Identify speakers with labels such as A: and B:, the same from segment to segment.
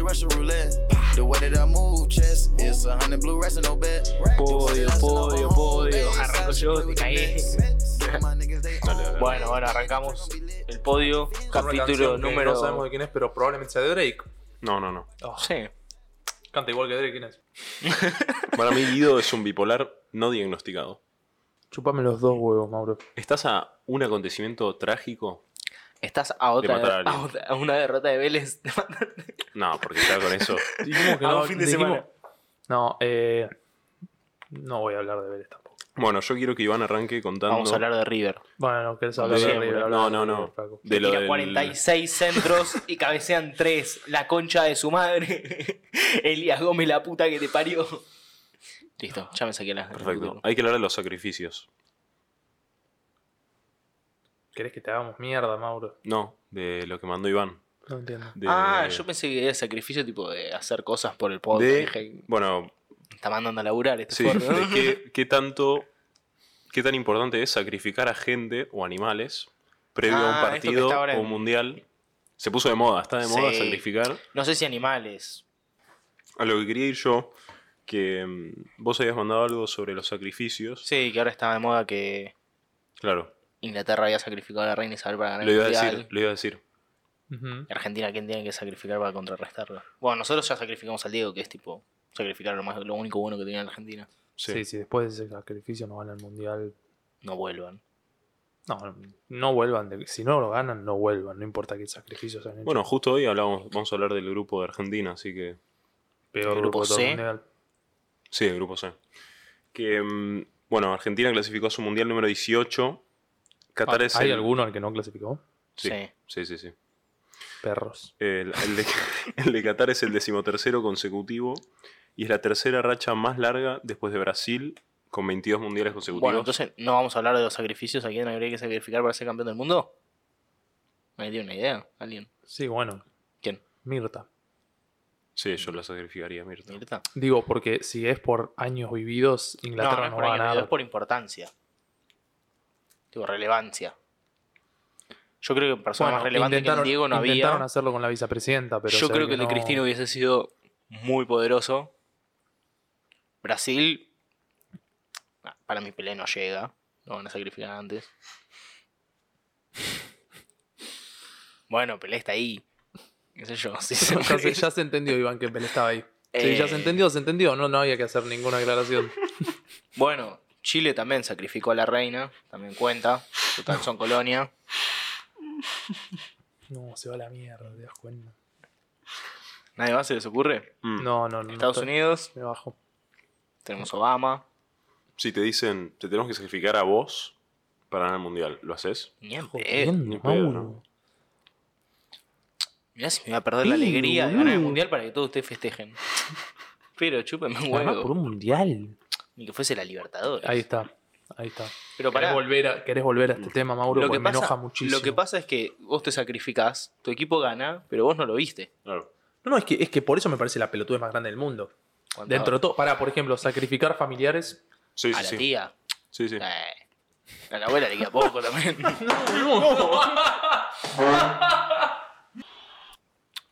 A: Russian roulette. The way that I move, chest, it's a hundred blue rest and no bet.
B: Podio, podio, podio. Arranco yo, te caí. Bueno, bueno, arrancamos el podio,
C: Con una
B: capítulo
C: canción que
B: número.
C: No sabemos de quién es, pero probablemente sea de Drake.
D: No, no, no.
C: Oh,
B: Sí.
C: Canta igual que Drake, ¿quién es?
D: Para mí Guido es un bipolar no diagnosticado.
C: Chupame los dos huevos, Mauro.
D: Estás a un acontecimiento trágico.
B: Estás a otra,
D: matar a
B: a,
D: alguien.
B: otra- a una derrota de Vélez. de matar-
D: No, porque está con eso.
C: Dijimos que
B: A
C: no.
B: un fin de
C: dijimos-
B: semana.
C: No, eh. No voy a hablar de Vélez tampoco.
D: Bueno, yo quiero que Iván arranque contando.
B: Vamos a hablar de River.
C: Bueno, no querés hablar
D: Sí,
C: de River.
D: no,
C: habla de
D: no,
C: River,
D: no.
C: flaco.
D: de lo
B: Tira
D: del-
B: 46 centros y cabecean 3. La concha de su madre. Elías Gómez, la puta que te parió. Listo, ya me saqué la.
D: Perfecto. Hay que hablar de los sacrificios.
C: ¿Querés que te hagamos mierda, Mauro?
D: No, de lo que mandó Iván.
C: No entiendo.
D: De-
B: Ah, yo pensé que era sacrificio tipo de hacer cosas por el podcast.
D: de-
B: Dije,
D: Bueno,
B: está mandando a laburar este
D: sí.
B: forro, ¿no?
D: de qué, qué tanto. ¿Qué tan importante es sacrificar a gente o animales previo a
B: Ah,
D: un
B: esto que
D: partido
B: está ahora
D: o
B: en-
D: un mundial? Se puso de moda, está de moda
B: Sí.
D: sacrificar.
B: No sé si animales.
D: A lo que quería ir yo, que mm, vos habías mandado algo sobre los sacrificios.
B: Sí, que ahora está de moda que
D: Claro,
B: Inglaterra había sacrificado a la reina Isabel para ganar
D: lo
B: el
D: iba a
B: mundial.
D: decir, lo iba a decir.
C: Ujú.
B: Y Argentina, ¿quién tiene que sacrificar para contrarrestarlo? Bueno, nosotros ya sacrificamos al Diego, que es tipo sacrificar lo, más, lo único bueno que tenía en Argentina.
D: Sí.
C: Sí. sí, después de ese sacrificio no ganan el mundial.
B: No vuelvan.
C: No, no vuelvan. de- si no lo ganan, no vuelvan. No importa qué sacrificios han hecho.
D: Bueno, justo hoy hablamos, vamos a hablar del grupo de Argentina, así que
C: peor
B: el
C: grupo
B: grupo
C: de todo
B: C.
C: el mundial.
D: Sí, el grupo C. Que, mm, bueno, Argentina clasificó a su mundial número 18. Qatar
C: Ah,
D: es
C: ¿Hay
D: el...
C: alguno al que no clasificó?
D: Sí,
B: Sí.
D: sí, sí. sí.
C: Perros.
D: El, el de, el de Qatar es el decimotercero consecutivo y es la tercera racha más larga después de Brasil con 22 mundiales consecutivos.
B: Bueno, entonces no vamos a hablar de los sacrificios. ¿A quién habría que sacrificar para ser campeón del mundo? ¿Nadie tiene una idea? ¿Alguien?
C: Sí, bueno.
B: ¿Quién?
C: Mirta.
D: Sí, yo la sacrificaría, Mirta.
B: ¿Mirta?
C: Digo, porque si es por años vividos,
B: No, no
C: Inglaterra
B: es
C: no,
B: por
C: va a
B: año, pero
C: ganar.
B: es por importancia. Tipo, relevancia. Yo creo que persona más
C: Bueno,
B: relevante que el
C: intentaron-
B: Diego no había.
C: Intentaron hacerlo con la vicepresidenta, pero.
B: Yo
C: se ve
B: creo que el de
C: no.
B: Cristino hubiese sido muy poderoso. Brasil, ah, para mi Pelé no llega. Lo van a sacrificar antes. Bueno, Pelé está ahí. ¿Qué sé yo? si se
C: Ya se,
B: muere.
C: ya se entendió, Iván, que Pelé estaba ahí.
B: Eh.
C: Sí, ya se entendió, se entendió. No, no había que hacer ninguna aclaración.
B: Bueno, Chile también sacrificó a la reina. También cuenta. Total, son colonia.
C: No, se va a la mierda, te das cuenta.
B: Nadie más se les ocurre.
D: Mm.
C: No, no, no.
B: Estados
C: estoy-
B: Unidos,
C: Me bajo.
B: tenemos Obama.
D: Si te dicen, te tenemos que sacrificar a vos para ganar el mundial, ¿lo haces?
B: Eh, Ni en pedo.
C: Jodiendo,
D: ni pedo,
C: Mauro.
D: no.
B: Mirá si me voy a perder la
C: Sí,
B: alegría de ganar el
C: boludo.
B: mundial para que todos ustedes festejen. Pero chúpenme un
C: Además, por
B: huevo.
C: un mundial.
B: Ni que fuese la Libertadores.
C: Ahí está, ahí está.
B: Pero
C: ¿Querés
B: para
C: volver, a, querés volver a este tema, Mauro?
B: lo
C: porque
B: que, pasa,
C: me enoja muchísimo.
B: lo que pasa es que vos te sacrificás, tu equipo gana, pero vos no lo viste.
D: Claro.
C: No, no, es que, es que por eso me parece la pelotudez más grande del mundo.
B: Cuando-
C: Dentro de todo, para, por ejemplo, sacrificar familiares.
D: Sí,
B: a
D: sí,
B: la
D: sí.
B: tía.
D: Sí, sí.
B: Eh, a la abuela le queda poco también.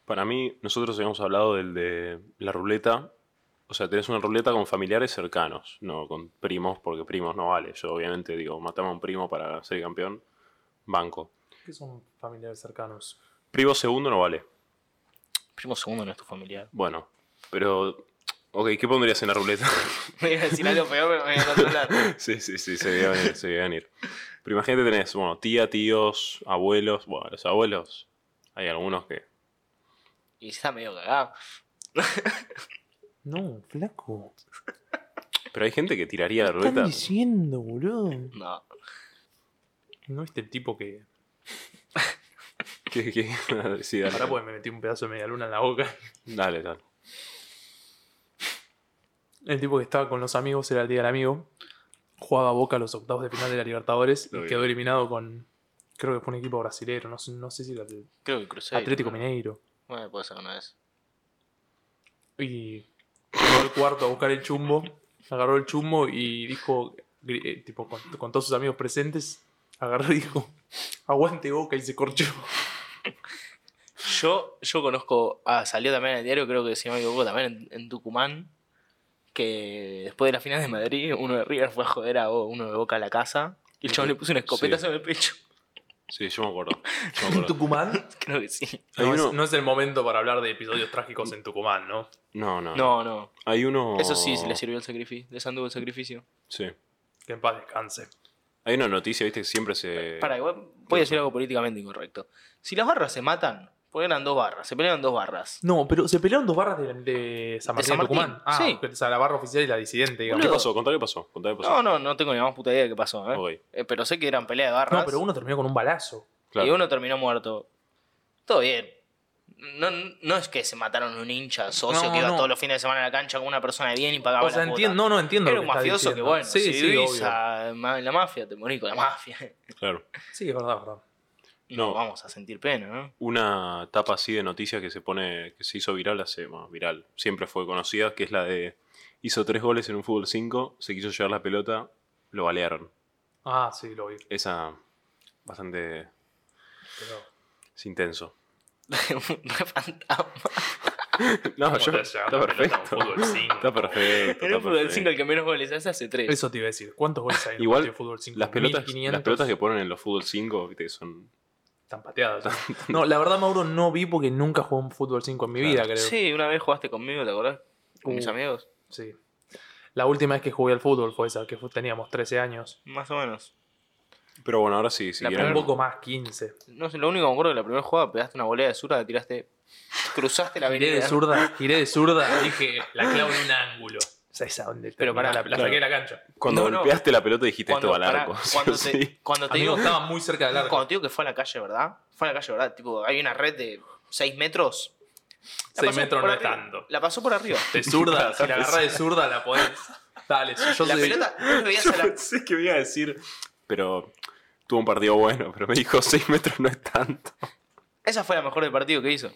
D: Para mí, nosotros habíamos hablado del de la ruleta. O sea, tenés una ruleta con familiares cercanos, no con primos, porque primos no vale. Yo obviamente digo, matame a un primo para ser campeón, banco.
C: ¿Qué son familiares cercanos?
D: Primo segundo no vale.
B: Primo segundo no es tu familiar.
D: Bueno, pero... Ok, ¿qué pondrías en la ruleta?
B: Me iba a decir algo peor, pero me voy a controlar.
D: sí, sí, sí, se veía venir, se veía venir. Pero imagínate tenés, bueno, tía, tíos, abuelos. Bueno, los abuelos, hay algunos que...
B: Y está medio cagado.
C: No, flaco.
D: Pero hay gente que tiraría la
C: ¿Qué están
D: ruleta.
C: diciendo, boludo?
B: No.
C: No este tipo que.
D: ¿Qué, qué? Sí, dale.
C: Ahora pues me metí un pedazo de media luna en la boca.
D: Dale, dale.
C: El tipo que estaba con los amigos era el día del amigo. Jugaba a Boca los octavos de final de la Libertadores
D: Lo
C: y
D: vi.
C: quedó eliminado con. Creo que fue un equipo brasilero, no sé, no sé si era el
B: Creo que crucé.
C: Atlético Mineiro.
B: Bueno, puede ser una vez.
C: Y llegó al cuarto a buscar el chumbo. Agarró el chumbo y dijo, gri- eh, tipo, con, con todos sus amigos presentes, agarró y dijo, aguante boca y se corchó.
B: Yo, yo conozco, ah, salió también en el diario, creo que si no me equivoco, también en, en Tucumán, que después de la final de Madrid, uno de River fue a joder a uno de Boca a la casa y el chabón le puso una escopetazo en el pecho.
D: Sí, yo me acuerdo. Yo me
C: ¿En
D: acuerdo.
C: Tucumán?
B: Creo que sí.
D: Hay
C: No es,
D: uno-
C: no es el momento para hablar de episodios trágicos en Tucumán, ¿no?
D: No, no,
B: No, no.
D: Hay uno.
B: Eso sí le sirvió el sacrificio. Les anduvo el sacrificio.
D: Sí.
C: Que en paz descanse.
D: Hay una noticia, viste, que siempre se.
B: Para, igual voy a decir algo políticamente incorrecto. Si las barras se matan, porque eran dos barras, se pelearon dos barras.
C: No, pero se pelearon dos barras de, de San
B: De
C: Martín
B: San
C: de Tucumán.
B: Martín,
C: Ah,
B: sí.
C: o sea, la barra oficial y la disidente, digamos.
D: ¿Qué
B: boludo.
D: pasó? Contá qué pasó. Contá qué pasó.
B: No, no, no tengo ni más puta idea de qué pasó, ¿eh?
D: Ok,
B: Eh, Pero sé que eran peleas de barras.
C: No, pero uno terminó con un balazo.
D: claro.
B: Y uno terminó muerto. Todo bien. No, no es que se mataron un hincha socio
C: No,
B: que iba
C: no.
B: todos los fines de semana a la cancha con una persona de bien y pagaba
C: o sea,
B: la
C: entiendo,
B: cuota.
C: no, no entiendo.
B: Era
C: lo
B: un
C: que estás
B: mafioso que
C: diciendo.
B: bueno,
C: Sí,
B: si
C: sí,
B: vivís
C: obvio.
B: a ma- la mafia, te morís con la mafia.
D: claro.
C: Sí, es verdad, es verdad.
B: No,
D: No.
B: vamos a sentir pena, ¿no?
D: Una tapa así de noticias que se pone. que se hizo viral hace. bueno, viral. Siempre fue conocida, que es la de. Hizo tres goles en un fútbol 5, se quiso llevar la pelota, lo balearon.
C: Ah, sí, lo vi.
D: Esa. bastante.
C: Pero...
D: es intenso.
B: Re fantasma.
D: No,
C: ¿Cómo
D: yo.
C: te llevas
D: Está
C: la pelota a un
D: perfecto.
C: fútbol cinco?
D: Está perfecto.
B: Era
D: está
B: un fútbol
D: perfecto.
B: 5 el que menos goles hace, hace 3.
C: Eso te iba a decir. ¿Cuántos goles hay en
D: Igual,
C: un partido de fútbol 5?
D: Las pelotas,
C: 1500
D: las pelotas que ponen en los fútbol 5, viste, que son.
C: están pateadas. No, la verdad, Mauro, no vi porque nunca jugué un fútbol 5 en mi
D: Claro.
C: vida, creo.
B: Sí, una vez jugaste conmigo, ¿te acordás? Con mis
C: Uh.
B: amigos.
C: Sí. La última vez que jugué al fútbol fue esa, que fu- teníamos 13 años.
B: Más o menos.
D: Pero bueno, ahora sí, si
B: La
D: quieren-
C: Un poco más, 15.
B: No sé, lo único que me acuerdo de la primera jugada, pegaste una volea de zurda, la tiraste. Cruzaste la
C: Giré de
B: avenida.
C: zurda, giré de zurda, dije, la clavo en un ángulo. O sea, esa donde
B: Pero pará,
C: la, la saqué de la cancha.
D: Cuando
B: No, no.
D: golpeaste la pelota dijiste
B: Cuando,
D: esto va al
B: pará,
D: arco.
B: cuando,
D: Sí,
B: te,
D: sí.
B: cuando te
C: Amigo,
B: digo
C: estaba muy cerca del arco.
B: Cuando te digo que fue a la calle, ¿verdad? Fue a la calle, ¿verdad? Tipo, hay una red de 6 metros. La
C: 6
B: pasó
C: metros
B: por
C: no es
B: arriba.
C: tanto.
B: La pasó por arriba.
C: De zurda, si la agarrás de zurda, la podés. Dale, yo
B: la
C: soy-
B: pelota, vos veías
D: Yo
B: a la-
D: pensé que me iba a decir, pero tuvo un partido bueno, pero me dijo 6 metros no es tanto.
B: Esa fue la mejor del partido que hizo.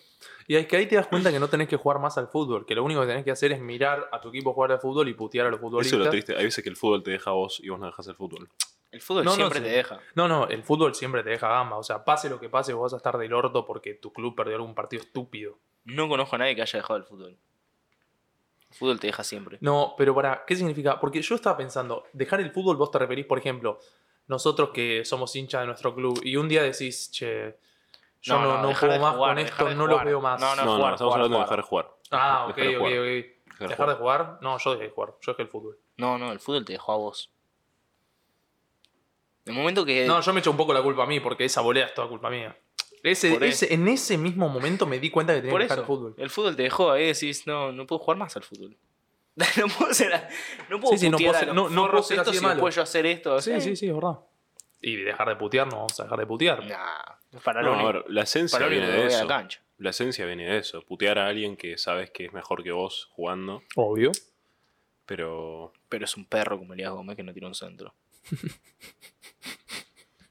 C: Y es que ahí te das cuenta que no tenés que jugar más al fútbol, que lo único que tenés que hacer es mirar a tu equipo jugar al fútbol y putear a los futbolistas.
D: Eso es lo triste. Hay veces que el fútbol te deja a vos y vos no dejas el fútbol.
B: El fútbol
C: No, no,
B: siempre
C: sí.
B: te deja.
C: No, no, el fútbol siempre te deja gamba. O sea, pase lo que pase, vos vas a estar del orto porque tu club perdió algún partido estúpido.
B: No conozco a nadie que haya dejado el fútbol. El fútbol te deja siempre.
C: No, pero para, ¿qué significa? Porque yo estaba pensando, dejar el fútbol, vos te referís, por ejemplo, nosotros que somos hinchas de nuestro club y un día decís, che, yo no, no,
B: dejar
C: puedo
B: de
C: más
B: jugar,
C: con
B: dejar
C: esto,
B: de
C: no lo
B: jugar.
C: veo más.
B: No,
D: No,
B: no,
D: no,
B: jugar,
D: estamos
B: jugar,
D: hablando de
B: jugar.
D: dejar de jugar.
C: ah, ok,
D: Dejar de
C: ok,
D: jugar.
C: ok.
D: de
C: ¿Dejar de jugar? No, yo dejé de jugar, yo dejé el fútbol.
B: No, no, el fútbol te dejó a vos. El momento que.
C: No, yo me echo un poco la culpa a mí porque esa volea es toda culpa mía. Ese,
B: Por eso.
C: ese- en ese mismo momento me di cuenta que tenía
B: por
C: que
B: eso.
C: dejar el fútbol.
B: te dejó ahí decís, no, no puedo jugar más al fútbol. no puedo ser. a- No puedo
C: Sí, sí, no
B: putear
C: puedo
B: a
C: ser-
B: los
C: no- no puedo
B: forros
C: ser así
B: estos
C: de
B: y después
C: malo.
B: yo hacer esto. Eh,
C: Sí, sí, sí, es verdad. Y dejar de putear, no vamos a dejar de putear.
B: Nah, para lo
D: No, a
B: único,
D: ver, la esencia
B: para lo único
D: viene
B: que
D: de
B: voy a la
D: eso.
B: cancha.
D: La esencia viene de eso. Putear a alguien que sabes que es mejor que vos jugando,
C: Obvio.
D: pero.
B: Pero es un perro como Elías Gómez que no tiene un centro.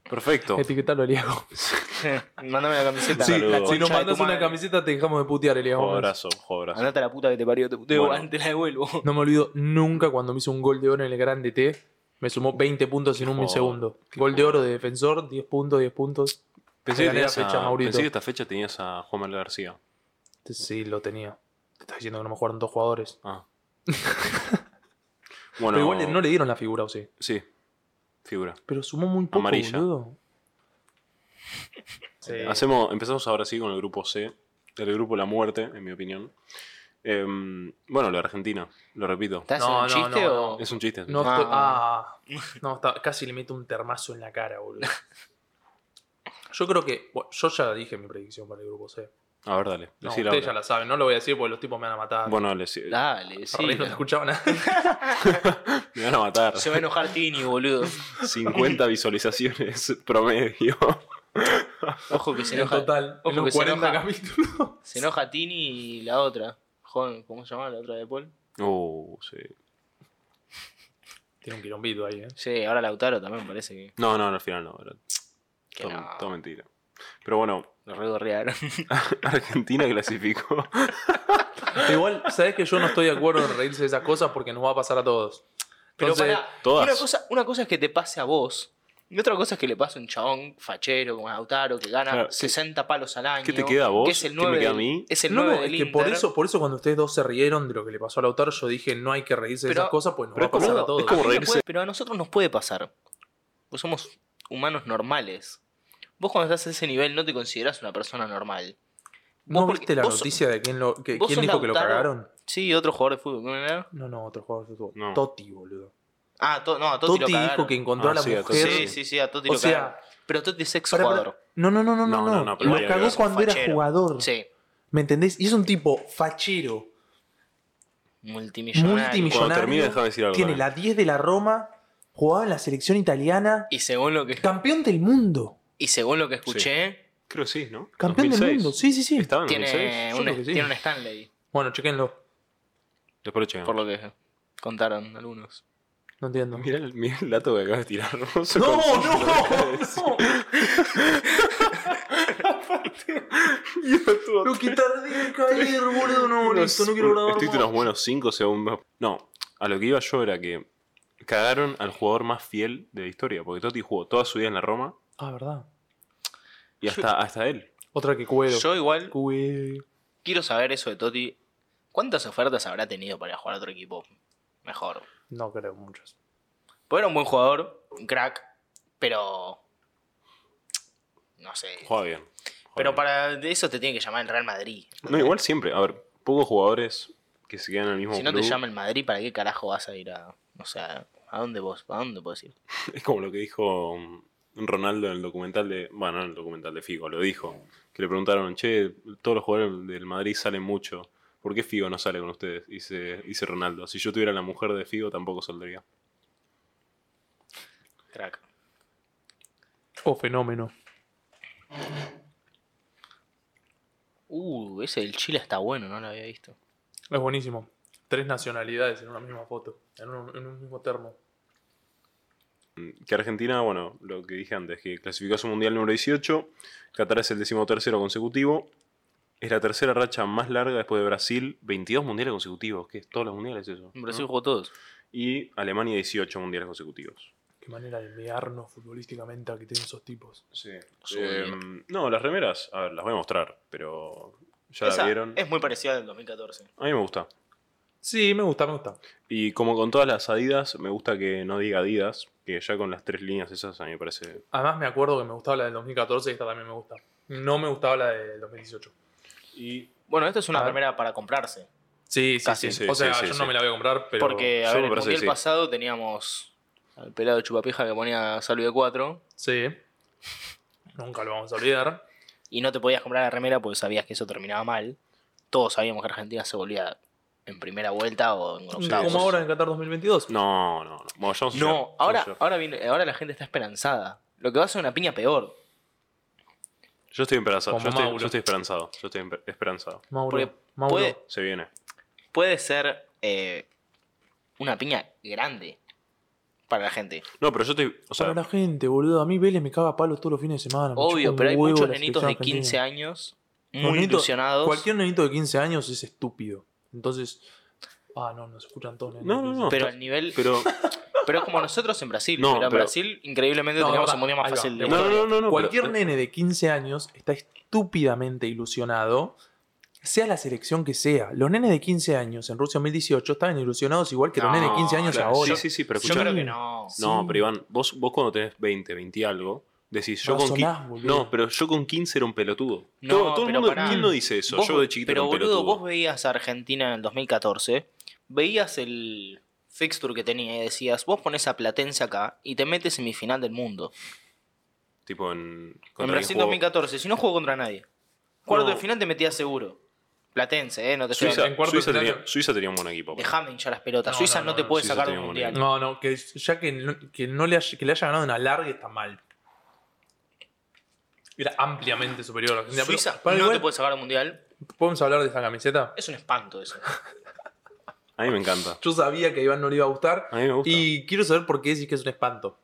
D: Perfecto.
C: Etiquetalo, Eliago.
B: Mándame la camiseta.
D: Sí,
B: la
D: si
B: concha
C: Si nos
B: de tu
C: mandas una
B: madre.
C: camiseta, te dejamos de putear, Eliago.
D: Juego abrazo, juego abrazo.
B: Andate a la puta que te parió, te puteo,
D: Bueno.
B: antes la devuelvo.
C: No me olvido nunca cuando me hizo un gol de oro en el Grande T. Me sumó 20 puntos en un
D: Oh, Qué
C: milisegundo. Gol de oro de defensor, 10 puntos, 10 puntos.
D: Pensé
C: Me
D: que,
C: gané la
D: tenías a-
C: fecha, Maurito.
D: pensé que esta fecha tenías a Juan Manuel García.
C: Sí, lo tenía. Te estás diciendo que no me jugaron dos jugadores.
D: Ah. bueno,
C: Pero igual no le dieron la figura, ¿o sí?
D: Sí, figura.
C: Pero sumó muy poco,
D: Amarilla.
C: boludo. Sí.
D: Hacemos, empezamos ahora sí con el grupo C, el grupo La Muerte, en mi opinión. Em, bueno, lo de Argentina, lo repito.
B: ¿Estás haciendo
C: No,
B: un
C: no,
B: chiste
C: no,
B: o.?
D: Es un chiste. es un
C: No,
B: Ah.
C: estoy- ah. No, está- casi le meto un termazo en la cara, boludo. Yo creo que. bueno, yo ya dije mi predicción para el grupo C.
D: chiste. A ver, dale.
C: No,
D: decí la
C: ustedes ya
D: otra.
C: la saben, no lo voy a decir porque los tipos me van a matar.
D: Bueno, dale. sí.
B: Dale, sí.
C: Arriba no te escuchaba nada.
D: Me van a matar.
B: Se va a enojar Tini, boludo.
D: 50 visualizaciones promedio.
B: Ojo que se
C: En
B: enoja.
C: total,
B: Ojo
C: en los
B: que se
C: 40
B: enoja.
C: capítulos.
B: Se enoja Tini y la otra. Joder, ¿Cómo se llama la otra de Paul?
D: Uh, sí.
C: Tiene un quilombito ahí, ¿eh?
B: Sí, ahora Lautaro también parece que.
D: No, no, al final no. Era
B: que
D: todo,
B: no.
D: todo mentira. Pero bueno,
B: Lo regorrearon.
D: Argentina clasificó.
C: Igual, sabes que yo no estoy de acuerdo en reírse de esas cosas porque nos va a pasar a todos.
B: Pero
C: Entonces,
B: pará,
D: todas.
B: Una cosa, una cosa es que te pase a vos. Y otra cosa es que le pasa a un chabón fachero como Lautaro que gana
D: Claro, ¿qué-
B: 60 palos al año.
D: qué te queda a vos?
B: Que es el
D: ¿Qué me
B: 9
D: queda a
B: del-
D: mí?
B: Es el
C: no,
B: 9
C: no,
B: del
C: es que por
B: Inter.
C: eso, por eso cuando ustedes dos se rieron de lo que le pasó a Lautaro, yo dije, no hay que reírse
B: Pero-
C: de esas cosas, pues nos
D: pero
C: va a pasar
D: ¿cómo?
C: a todos.
D: Es como
B: A mí me
D: reírse.
B: puede- pero a nosotros nos puede pasar. Pues somos humanos normales. Vos cuando estás a ese nivel no te considerás una persona normal.
C: ¿No
B: porque-
C: viste la
B: vos-
C: noticia de quién, lo, que,
B: vos
C: quién
B: sos
C: dijo que lo
B: Lautaro.
C: cagaron?
B: Sí, otro jugador de fútbol. ¿no?
C: No, no, otro jugador de fútbol.
D: No.
C: Totti, boludo.
B: Ah, to- no, a Totti,
C: Totti,
B: lo cagaron.
C: dijo que encontró
D: Ah,
C: a la
D: sí, a Totti.
C: mujer.
B: Sí, sí, sí, a Totti
C: o
B: lo
C: sea,
B: cagaron. Pero Totti es ex
C: Pará, pará.
B: jugador.
C: No, no, no, no, no.
D: No, no, no, pero
C: lo
D: había
C: cagó
D: que-
C: cuando era
B: fachero.
C: jugador.
B: Sí,
C: ¿Me entendés? Y es un tipo fachero,
B: multimillonario.
D: Cuando termine,
C: multimillonario.
D: déjame decir algo. eh.
C: Tiene
D: también.
C: la 10 de la Roma, jugaba en la selección italiana,
B: Y según lo que,
C: campeón del mundo.
B: y según lo que escuché,
D: Creo que sí, ¿no?
C: Campeón
D: 2006.
C: del mundo, sí, sí, sí.
D: Estaba en
B: tiene,
D: 2006.
C: Yo
B: un,
C: creo que sí.
B: tiene un Stanley,
C: Bueno, chequenlo.
D: Después lo chequeamos.
B: por lo que contaron algunos.
C: No entiendo.
D: Mirá el, mirá el dato que acabas de tirar.
C: ¡No,
D: No, Con-
C: no! no. Lo que tardé en caer, boludo, no, listo, no quiero grabar
D: Estoy
C: más.
D: unos buenos 5 segundos. No, a lo que iba yo era que cagaron al jugador más fiel de la historia. Porque Totti jugó toda su vida en la Roma
C: Ah, verdad.
D: y hasta, hasta él.
C: Otra que cuero.
B: Yo igual
C: Cuero.
B: quiero saber eso de Totti. ¿Cuántas ofertas habrá tenido para jugar a otro equipo? Mejor.
C: No creo muchos.
B: Porque era un buen jugador, un crack, pero. No sé.
D: Juega bien. juega
B: Pero
D: bien.
B: para de eso te tiene que llamar el Real Madrid.
D: No, igual siempre. A ver, pocos jugadores que se quedan en el mismo
B: Si no te
D: club.
B: llama el Madrid, ¿para qué carajo vas a ir a. O sea, ¿a dónde vos? ¿A dónde puedes ir?
D: Es como lo que dijo um, Ronaldo en el documental de. Bueno, no en el documental de Figo, lo dijo. Que le preguntaron, che, todos los jugadores del Madrid salen mucho. ¿Por qué Figo no sale con ustedes? Dice, dice Ronaldo. Si yo tuviera la mujer de Figo, tampoco saldría.
B: Crack.
C: O Oh, fenómeno.
B: Uh, ese del Chile está bueno, no lo había visto.
C: Es buenísimo. Tres nacionalidades en una misma foto, en un, en un mismo termo.
D: Que Argentina, bueno, lo que dije antes, que clasificó a su mundial número 18. Qatar es el decimotercero consecutivo. Es la tercera racha más larga después de Brasil. 22 mundiales consecutivos. ¿Qué es? Todos los mundiales eso.
B: En Brasil
D: ¿no?
B: jugó todos.
D: Y Alemania 18 mundiales consecutivos.
C: Qué manera de mearnos futbolísticamente a que tienen esos tipos.
D: Sí.
B: Su
D: Eh,
B: dinero.
D: no, las remeras, a ver, las voy a mostrar, pero ya
B: Esa
D: la vieron.
B: Es muy parecida al del 2014.
D: A mí me gusta.
C: Sí, me gusta, me gusta.
D: Y como con todas las Adidas, me gusta que no diga Adidas, que ya con las tres líneas esas a mí me parece...
C: Además me acuerdo que me gustaba la del 2014 y esta también me gusta. No me gustaba la del 2018.
D: Y
B: Bueno, esta es
C: A
B: una
C: ver.
B: remera para comprarse.
C: Sí, sí,
B: Casi,
C: sí.
D: sí,
C: O sea,
D: sí, sí,
C: yo
D: sí.
C: no me la voy a comprar, pero...
B: Porque, a
D: yo
B: ver,
D: me
B: el
D: parece
B: mundial
D: que sí.
B: pasado teníamos al pelado chupapija que ponía salud de 4
C: Sí. Nunca lo vamos a olvidar.
B: y no te podías comprar la remera porque sabías que eso terminaba mal. Todos sabíamos que Argentina se volvía en primera vuelta o en octavos.
C: Como ahora en Qatar 2022.
D: No, no, no. Bueno, ya vamos a llegar,
B: No,
D: vamos a
B: ahora,
D: llegar.
B: ahora, viene- ahora la gente está esperanzada. Lo que va a ser una piña peor.
D: Yo estoy esperanzado.
C: Como
D: Yo estoy,
C: Mauro.
D: yo estoy esperanzado. Yo estoy empe- esperanzado.
C: Mauro,
B: Porque
C: Mauro.
B: puede-
D: Se viene.
B: Puede ser eh, una piña grande para la gente.
D: No, pero yo estoy... O sea,
C: Para la gente, boludo. A mí Vélez me caga a palo todos los fines de semana. me chupa
B: Obvio,
C: un
B: pero hay
C: huevo
B: muchos
C: la
B: nenitos de
C: selección
B: 15
C: argentina.
B: años
C: Los
B: muy
C: nenitos-
B: ilusionados.
C: Cualquier nenito de 15 años es estúpido. Entonces... Ah, no, nos escuchan todos. nenes de
D: No, no,
C: 15.
D: no.
B: Pero al nivel. Pero,
D: pero...
B: es como nosotros en Brasil.
D: No,
B: pero en
D: pero-
B: Brasil, increíblemente,
C: No,
B: teníamos
C: no,
B: un mundial más
C: ahí va.
B: fácil de
D: No, no, no, no. no,
C: Cualquier
D: pero-
C: nene de 15 años está estúpidamente ilusionado, sea la selección que sea. Los nenes de 15 años en Rusia 2018 estaban ilusionados igual que los
B: No,
C: nenes de 15 años
D: claro,
C: ahora.
D: Sí, sí, sí, pero
B: Yo
D: escuchá.
B: creo que no.
D: No,
C: Sí.
D: pero Iván, vos, vos cuando tenés 20, 20 y algo, decís, yo con
C: Razonás,
D: 15.
C: boludo.
D: No, pero yo con 15 era un pelotudo.
B: No,
D: todo todo el
B: pero
D: mundo,
B: pará.
D: ¿quién no dice eso?
B: Vos-
D: yo de chiquito
B: pero
D: era un
B: boludo,
D: pelotudo.
B: vos veías a Argentina en el 2014, veías el fixture que tenía y decías, vos pones a Platense acá y te metes semifinal del mundo.
D: Tipo en.
B: En
D: contra
B: Brasil
D: quién jugó.
B: 2014, si no juego contra nadie. Cuarto
D: No.
B: de final te metías seguro. Platense, eh, no te
D: Suiza,
C: en cuarto de
D: Suiza
C: final-
D: tenía, Suiza tenía un buen equipo.
B: Dejame hinchar las pelotas.
C: No,
B: Suiza
C: no,
B: no,
C: no,
B: te
C: no,
B: puede
D: Suiza
B: sacar de
D: tenía
B: un
D: un
B: mundial.
C: No, no, que ya que no, que no le, haya, que le haya ganado en alargue está mal. Era ampliamente superior a Argentina. pero
B: Suiza
C: para
B: no
C: igual,
B: te puede sacar un mundial.
C: ¿Podemos hablar de esa camiseta?
B: Es un espanto eso.
D: A mí me encanta.
C: Yo sabía que a Iván no le iba a gustar.
D: A mí me gusta.
C: Y quiero saber por qué decís que es un espanto.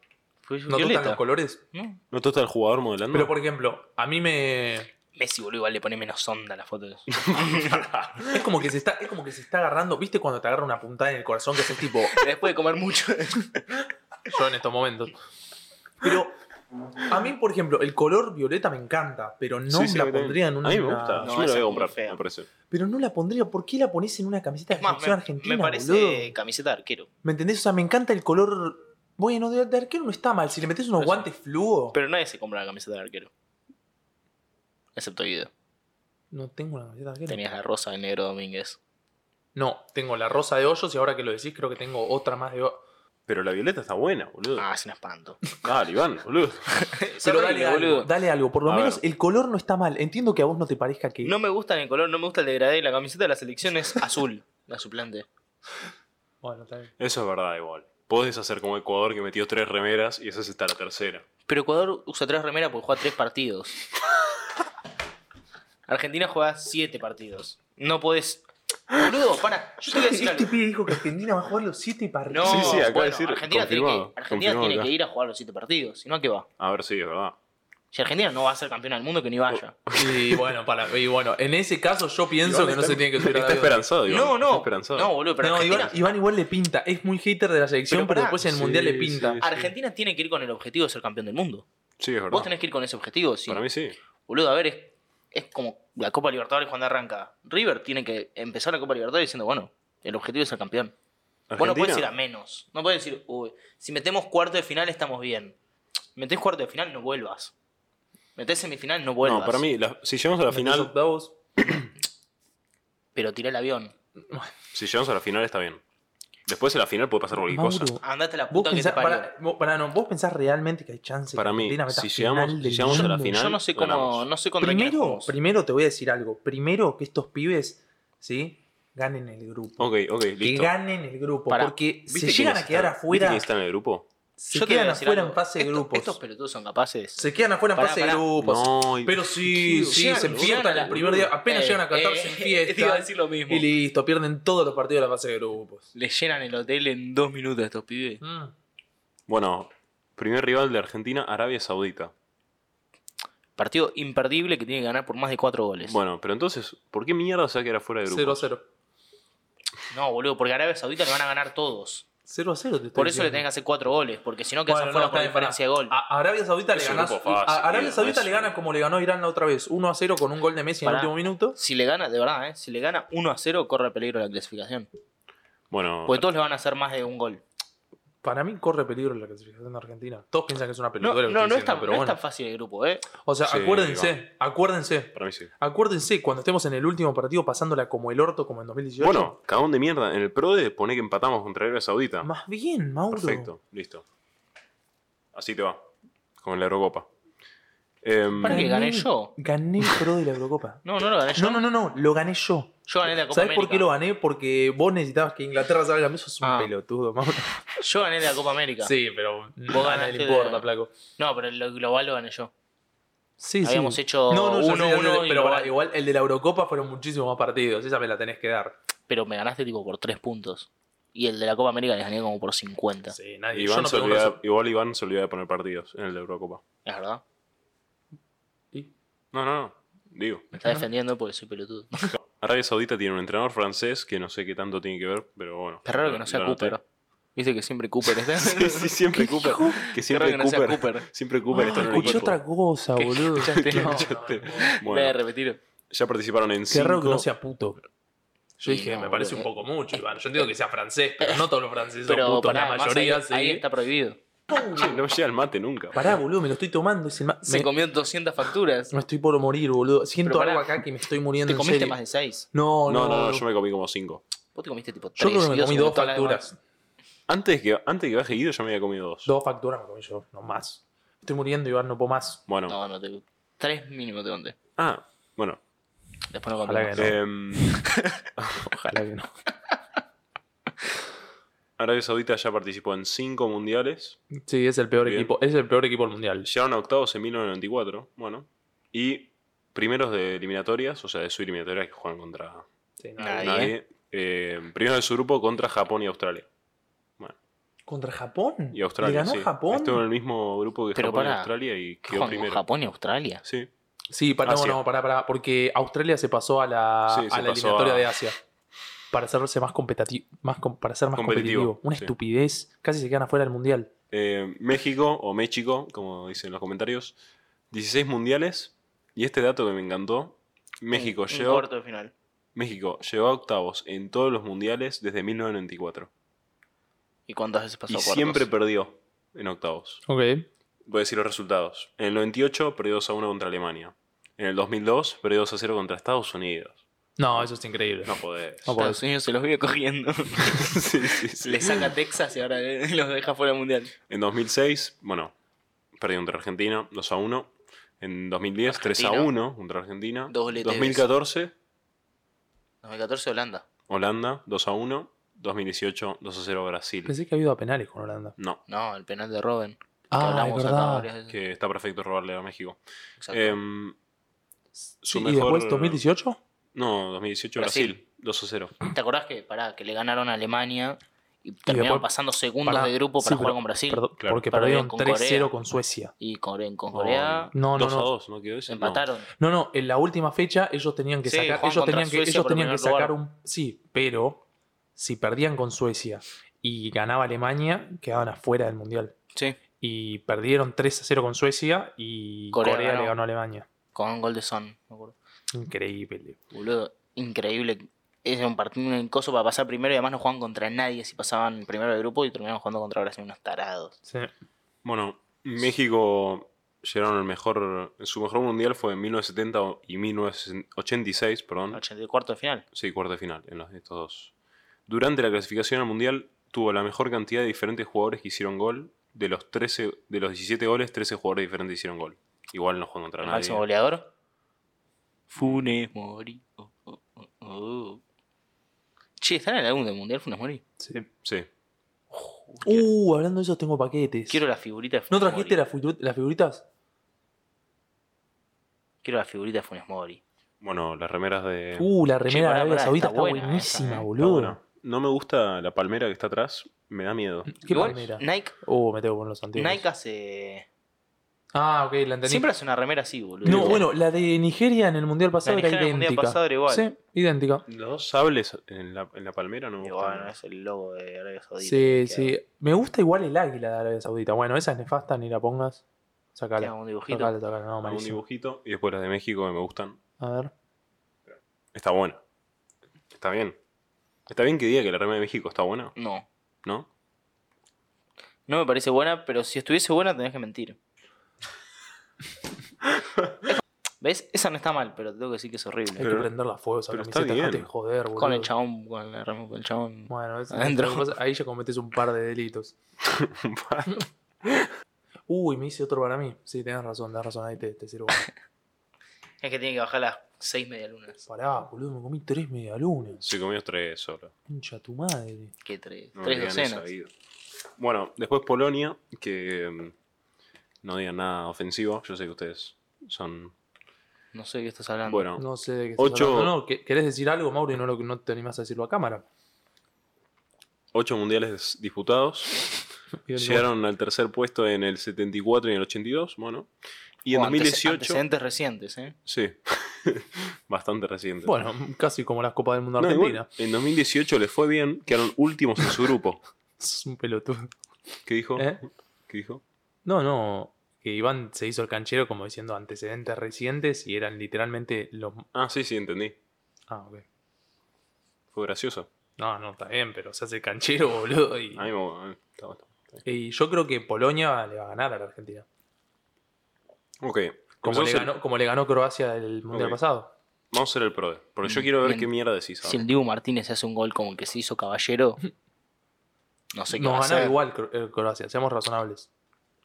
C: ¿No te gustan los colores?
B: No.
D: ¿No te gusta el jugador modelando?
C: Pero, por ejemplo, a mí me...
B: Messi, boludo, igual le pone menos onda a las fotos.
C: Es como que se está, es como que se está agarrando, ¿viste cuando te agarra una puntada en el corazón que haces tipo
B: Después de comer mucho.
C: yo en estos momentos? Pero a mí, por ejemplo, el color violeta me encanta, pero no
D: Sí, sí,
C: la
D: a mí también.
C: pondría en una.
D: A mí me gusta.
B: No,
D: Yo me
B: esa
D: lo voy a
B: es
D: comprar,
B: muy fea.
D: me parece.
C: Pero no la pondría. ¿Por qué la pones en una camiseta de
B: Es más,
C: selección
B: me,
C: argentina?
B: me parece
C: boludo?
B: camiseta de arquero.
C: ¿Me entendés? O sea, me encanta el color. Bueno, de, de arquero no está mal. Si le metes unos
B: Pero sí.
C: guantes fluo.
B: Pero nadie se compra la camiseta de arquero. Excepto Guido.
C: No tengo una camiseta de arquero.
B: Tenías la rosa de negro Domínguez.
C: No, tengo la rosa de hoyos y ahora que lo decís, creo que tengo otra más de. ho-
D: Pero la violeta está buena, boludo.
B: Ah, es un espanto.
D: Dale, Iván, boludo.
C: Pero dale
B: horrible,
C: algo,
B: boludo.
C: dale algo. Por lo
D: A
C: menos el color no está mal. Entiendo que a vos no te parezca que.
B: No me gusta en el color, no me gusta el degradé. La camiseta de la selección es azul, la suplente.
C: Bueno, está bien.
D: Eso es verdad, igual. Podés hacer como Ecuador que metió tres remeras y esa está la tercera.
B: Pero Ecuador usa tres remeras porque juega tres partidos. Argentina juega siete partidos. No podés. Boludo, para. Yo te voy a decir
C: Este
B: algo.
C: pibe dijo que Argentina va a jugar los siete
B: No,
C: partidos.
D: Sí, sí, acaba de
B: bueno,
D: decir,
B: Argentina tiene,
D: confirmado,
B: que, Argentina
D: confirmado
B: tiene
D: acá.
B: que ir a jugar los siete partidos. Si no, ¿a ¿qué va?
D: A ver, sí, es verdad.
B: Si Argentina no va a ser campeona del mundo, que ni vaya.
C: Y bueno, para, y bueno, en ese caso yo pienso que no se tiene que subir a
D: Está
C: la vida.
D: esperanzado, Iván.
B: No,
D: Está
B: no.
D: Oh, esperanzado.
B: No, boludo, pero
C: No,
B: Argentina,
C: Iván, Iván igual le pinta. Es muy hater de la selección, pero,
B: Pero pará.
C: después en el
D: Sí,
C: mundial le
D: sí,
C: pinta.
D: sí.
B: Argentina tiene que ir con el objetivo de ser campeón del mundo.
D: Sí, es verdad.
B: Vos tenés que ir con ese objetivo. sí.
D: Para mí sí.
B: Boludo, a ver, es, es como la Copa Libertadores cuando arranca. River tiene que empezar la Copa Libertadores diciendo, bueno, el objetivo es ser campeón. Vos no puedes ir a menos. No puedes decir, uy, si metemos cuarto de final estamos bien. Metés cuarto de final, no vuelvas. Metés semifinal, no vuelvas.
D: No, para mí, la- si llegamos a la
C: En los
D: final,
C: octavos,
B: Pero tiré el avión.
D: si llegamos a la final está bien. Después en la final puede pasar cualquier
C: Mauro,
D: cosa.
B: Andate a la
C: vos
B: puta que te
C: pensás,
B: parió.
C: para, vos- pará, no, vos pensás realmente que hay chance
D: Para
C: que
D: mí,
C: Argentina meta
D: si
C: final
D: llegamos- si
C: del
D: llegamos a la
C: mundo?
D: final,
B: Yo no sé cómo,
D: ganamos.
B: no sé contra quién
C: Primero,
B: jugamos.
C: primero te voy a decir algo. Primero que estos pibes, ¿sí? Ganen el grupo.
D: Ok, ok, listo.
C: Que ganen el grupo.
B: Pará,
C: Porque si
D: ¿Viste quiénes
C: llegan a quedar
D: están? ¿Viste
C: afuera,
D: quién está en el grupo?
C: se
B: Yo te voy a
C: quedan
B: decir
C: afuera
B: algo.
C: en fase de
B: Estos-
C: grupos.
B: Estos pelotudos son capaces.
C: Se quedan afuera en
B: Pará,
C: fase de
B: pará.
C: grupos.
D: No, y-
C: Pero sí,
B: Qué
C: sí,
B: llegan,
C: se
B: boludo,
C: enfiestan
B: llegan
C: el
B: a-
C: primer día. Apenas
B: Eh,
C: llegan a Qatar,
B: eh,
C: se
B: eh, te iba a
C: enfiestan.
B: decir lo mismo.
C: Y listo, pierden todos los partidos de la fase de grupos.
B: Le llenan el hotel en dos minutos a estos pibes.
C: Mm.
D: bueno, primer rival de Argentina, Arabia Saudita.
B: Partido imperdible que tiene que ganar por más de cuatro goles.
D: Bueno, pero entonces, ¿por qué mierda se va a quedar afuera del grupo?
C: 0 a 0.
B: No, boludo, porque Arabia Saudita le van a ganar todos.
C: 0 a 0 te
B: Por eso le tenés que hacer cuatro goles, porque si no quedas
C: Bueno,
B: afuera
C: no,
B: por
C: está bien,
B: diferencia de gol.
C: pará. A Arabia Saudita le
D: Es un
C: ganás.
D: grupo fácil, eh,
C: a Arabia
D: tío,
C: Saudita
D: es-
C: le gana como le ganó a Irán la otra vez. 1 a 0 con un gol de Messi
B: Pará.
C: en el último minuto.
B: Si le gana, de verdad, ¿eh? si le gana 1 a 0, corre peligro la clasificación.
D: Bueno,
B: Porque todos le van a hacer más de un gol.
C: Para mí corre peligro la clasificación de Argentina. Todos piensan que es una
B: No,
C: pelotudez
B: no,
C: lo que
B: no,
C: estoy
B: es, tan,
C: diciendo,
B: no
C: pero
B: es
C: bueno.
B: tan fácil el grupo, ¿eh?
C: O sea,
D: Sí,
C: acuérdense, acuérdense.
D: para mí sí.
C: Acuérdense cuando estemos en el último partido pasándola como el orto, como en 2018.
D: Bueno, cagón de mierda. En el PRODE pone que empatamos contra Arabia Saudita.
C: más bien, Mauro.
D: Perfecto, listo. Así te va. Con la Eurocopa. Em,
B: Para que gané yo.
C: Gané el pro de la Eurocopa.
B: No, no lo gané yo.
C: No, no, no, no, lo gané yo.
B: Yo gané la Copa
C: ¿Sabés
B: América.
C: por qué lo gané? Porque vos necesitabas que Inglaterra salga a Eso es un
B: Ah.
C: pelotudo, Mauro.
B: Yo gané la Copa América.
C: Sí, pero
B: Vos
C: a
B: ganaste
C: nadie le importa,
B: de-
C: flaco.
B: No, pero lo global lo gané yo.
C: Sí,
B: Habíamos
C: sí.
B: hecho
C: no, no, ya
B: uno,
C: sé, ya
B: uno
C: sé,
B: y
C: pero
B: lo-
C: pará, igual el de la Eurocopa fueron muchísimos más partidos. Esa me la tenés que dar.
B: Pero me ganaste tipo por tres puntos. Y el de la Copa América le gané como por 50.
C: Sí, nadie.
D: Iván
C: yo no
D: se
C: tengo
D: olvida-
C: razón.
D: igual Iván se olvida de poner partidos en el de Eurocopa.
B: Es verdad.
C: Y-
D: No, no, no. Digo.
B: Me está defendiendo porque soy pelotudo.
D: Arabia Saudita tiene un entrenador francés que no sé qué tanto tiene que ver, pero bueno.
B: Está raro que no sea
D: Lo anoté.
B: Cooper. Dice que siempre Cooper está.
D: Sí, sí, siempre Cooper. Que siempre
B: raro que no sea
D: Cooper,
B: Cooper.
D: Siempre Cooper
C: Ah,
D: está en el
C: escuché
D: equipo.
C: otra cosa,
B: ¿Qué
C: boludo.
B: escuchaste?
C: No,
B: ¿Qué
D: escuchaste?
C: no, no.
B: Voy a
D: Bueno,
B: repetir.
D: ya participaron en
C: Qué
D: cinco.
C: raro que no sea puto. Yo
B: Y
C: dije,
B: no,
C: me parece un
B: boludo.
C: poco mucho, Iván. Yo entiendo que sea francés, pero no todos los franceses son
B: Pero
C: putos.
B: para
C: La mayoría
B: ahí,
C: sí.
B: ahí está prohibido.
D: Che, no llega el mate nunca.
C: Pará, boludo, me lo estoy tomando. es el ma-
B: Se
C: me-
B: comió 200 facturas.
C: me estoy por morir, boludo. Siento
B: Pero pará,
C: algo acá que me estoy muriendo
B: Te
C: en
B: comiste
C: serio.
B: más de 6.
C: No,
D: No,
C: no,
D: no, no, yo me comí como cinco.
B: Vos te comiste tipo 3.
C: Yo creo que me comí dos facturas.
D: Antes que, antes que baje Guido, yo me había comido dos.
C: Dos facturas me comí yo, no más. Estoy muriendo, Iván, no puedo más.
D: Bueno.
B: No, no te. 3 mínimo te conté.
D: Ah, bueno.
B: Después no
C: Ojalá
B: conté.
C: que no.
D: Em,
C: Ojalá que no.
D: Arabia Saudita ya participó en cinco mundiales.
C: Sí, es el peor
D: Bien.
C: equipo. Es el peor equipo del mundial.
D: Llegaron a octavos en 1994. Bueno. Y primeros de eliminatorias, o sea, de su eliminatoria que juegan contra
C: Sí, no.
B: Nadie.
D: nadie. Eh, primero de su grupo contra Japón y Australia.
C: ¿Contra Japón?
D: Y Australia.
C: ¿Le ganó
D: sí.
C: Japón?
D: Estuvo en el mismo grupo que
B: Pero
D: Japón y
B: pará,
D: Australia y
B: ¿Qué
D: quedó
B: jugamos?
D: primero.
B: Japón y Australia.
D: Sí.
C: Sí, pa- no,
D: Asia.
C: no, pará, pará. Porque Australia se pasó a la,
D: Sí,
C: a
D: se
C: la
D: pasó
C: eliminatoria
D: a-
C: de Asia. Para hacerse más competitivo. Más com- para ser más competitivo.
D: Competitivo,
C: Una
D: sí.
C: estupidez. Casi se quedan afuera del mundial.
D: Eh, México, o México, como dicen los comentarios, 16 mundiales. Y este dato que me encantó, México,
B: Un- un
D: llegó,
B: cuarto de final.
D: México llegó a octavos en todos los mundiales desde 1994.
B: ¿Y cuántas veces pasó
D: Y
B: a cuartos?
D: siempre perdió en octavos.
C: Ok.
D: Voy a decir los resultados. En el 98 perdió 2 a 1 contra Alemania. En el 2002 perdió 2 a 0 contra Estados Unidos.
C: No, eso es increíble.
D: No podés.
C: No
B: Estados Unidos se los vive cogiendo.
D: Sí, sí, sí.
B: Le saca a Texas y ahora le- los deja fuera del mundial.
D: En 2006, bueno, perdió contra Argentina, 2 a 1. En 2010, 3 a
B: Argentina.
D: 1 contra Argentina.
B: Dos goletes.
D: 2014,
B: 2014 Holanda.
D: Holanda, 2 a 1. 2018, 2 a 0 Brasil.
C: Pensé que ha habido a penales con Holanda.
D: No,
B: No, el penal de Robben. que
C: Ah, es
B: hablamos acá
C: verdad.
B: varias veces.
D: que está perfecto robarle a México.
B: Exacto.
D: Em,
C: Sí,
D: su
C: ¿Y
D: mejor-
C: después 2018?
D: no, 2018 Brasil,
B: Brasil.
D: 2 a 0.
B: ¿Te acordás que, pará, que le ganaron a Alemania y terminaron
C: después-
B: pasando segundos
C: Pará.
B: de grupo para
C: Sí,
B: jugar
C: pero-
B: con Brasil?
C: perdón,
D: Claro.
C: Porque
B: Perdieron
C: perdieron
B: con
C: 3-0
B: Corea.
C: con Suecia.
B: Y con, con Corea
D: Oh,
C: No, no,
D: 2 a
C: no.
D: 2, ¿no quedó ese? No.
B: empataron.
C: No, no, en la última fecha ellos tenían que
B: Sí,
C: sacar,
B: juegan
C: ellos
B: contra
C: tenían que,
B: Suecia
C: ellos
B: por
C: tenían que
B: primer lugar.
C: sacar un. Sí, pero si perdían con Suecia y ganaba Alemania, quedaban afuera del Mundial.
B: Sí,
C: Y perdieron 3 a 0 con Suecia y Corea,
B: Corea
C: le
B: ganó.
C: ganó a Alemania.
B: con un gol de Son. me acuerdo.
C: Increíble.
B: Boludo, increíble. Es un partido, un coso para pasar primero y además no juegan contra nadie. Si pasaban primero de grupo y terminaron jugando contra Brasil, unos tarados.
C: Sí.
D: Bueno, México llegaron al mejor. Su mejor mundial fue en 1970 y 1986,
C: Mm.
D: perdón.
B: 84 de final.
D: Sí, cuarto de final, en los, estos dos. Durante la clasificación al Mundial tuvo la mejor cantidad de diferentes jugadores que hicieron gol. De los 13, de los 17 goles, 13 jugadores diferentes hicieron gol. Igual no jugó contra
B: El
D: nadie.
B: máximo goleador. Funes Mori. Oh, oh, oh, oh. Che, ¿están en el álbum del mundial Funes Mori?
D: Sí.
C: Uh, hablando de eso, tengo paquetes.
B: Quiero la figurita de
C: ¿No
B: Funes Mori.
C: trajiste las figu- las figuritas?
B: Quiero la figurita de Funes Mori.
D: Bueno, las remeras de.
C: Uh, la
B: Che,
C: remera de
B: pará,
C: Arabia
B: pará,
C: Saudita
B: está
C: está
B: buena
C: buenísima,
B: esa, eh.
D: Está
C: boludo.
D: buena. No me gusta la palmera que está atrás, me da miedo.
C: ¿Qué
B: Igual,
C: remera?
B: Nike,
C: Uh, me tengo que poner los antiguos.
B: Nike hace.
C: Ah, ok, la entendí.
B: Siempre hace una remera así, boludo.
C: No, bueno, la de Nigeria en el Mundial
B: la
C: pasado
B: Nike
C: era
B: del mundial
C: idéntica.
B: pasado era igual.
C: Sí, idéntica.
D: Los dos sables en la, en la palmera no me
B: Y
D: gustan.
B: bueno, es el logo de Arabia Saudita.
C: Sí, sí. Me gusta igual el águila de Arabia Saudita. Bueno, esa es nefasta, ni la pongas.
B: Tiene
C: Sacala.
B: un dibujito.
C: Sacala, sacala. No,
D: Algún
C: malísimo.
D: dibujito. Y después las de México que me gustan.
C: A ver.
D: Está buena. Está bien. Está bien que diga que la remera de México está buena,
B: No.
D: ¿no?
B: No me parece buena, pero si estuviese buena tenés que mentir. ¿Ves? Esa no está mal, pero te tengo que decir que es horrible.
C: Hay
D: Pero-
C: que prenderla a fuego esa
D: pero
C: camiseta.
D: está bien.
C: dejate de joder, boludo.
B: Con el chabón, con el, con el chabón.
C: Bueno, es-
B: Adentro.
C: cosa- ahí ya cometes un par de delitos. Uy, me hice otro para mí. Sí, tenés razón, tenés razón. Ahí te, te sirvo.
B: Es que tiene que bajar las seis medialunas.
C: Pará, boludo, me comí tres medialunas.
D: Se comió tres solo.
C: Pincha tu madre.
B: Que tres,
D: No
B: tres
D: digan eso
B: docenas.
D: ahí. Bueno, después Polonia, que mm, no digan nada ofensivo. Yo sé que ustedes son.
B: No sé de qué estás hablando.
D: Bueno,
C: No sé de qué
D: Ocho.
C: estás hablando. No, que- ¿Querés decir algo, Mauro, y no, lo, no te animás a decirlo a cámara?
D: ocho mundiales disputados. Llegaron al tercer puesto en el 74 y en el 82. Bueno, y en
B: O antece-
D: 2018.
B: Antecedentes recientes, ¿eh?
D: Sí, bastante reciente.
C: Bueno, casi como las Copas del Mundo
D: No, igual,
C: Argentina.
D: en 2018 le fue bien, quedaron últimos en su grupo.
C: Es un pelotudo.
D: ¿Qué dijo?
C: ¿Eh?
D: ¿Qué dijo?
C: No, no. Que Iván se hizo el canchero como diciendo antecedentes recientes y eran literalmente los.
D: Ah, sí, sí, entendí.
C: Ah, ok.
D: Fue gracioso.
C: No, no, está bien, pero se hace el canchero, boludo. Y,
D: A mí me- está- está-
C: y yo creo que Polonia le va a ganar a la Argentina. Como
D: Ok.
C: le,
D: empezamos el-
C: ganó, como le ganó Croacia el mundial
D: Ok.
C: pasado.
D: Vamos a hacer el prode. Porque yo
B: Mm,
D: quiero ver
B: bien.
D: qué mierda decís ahora.
B: Si el Dibu Martínez hace un gol como el que se hizo caballero, no sé qué va a
C: Nos ganaba
B: hacer.
C: igual Cro- eh, Croacia, seamos razonables.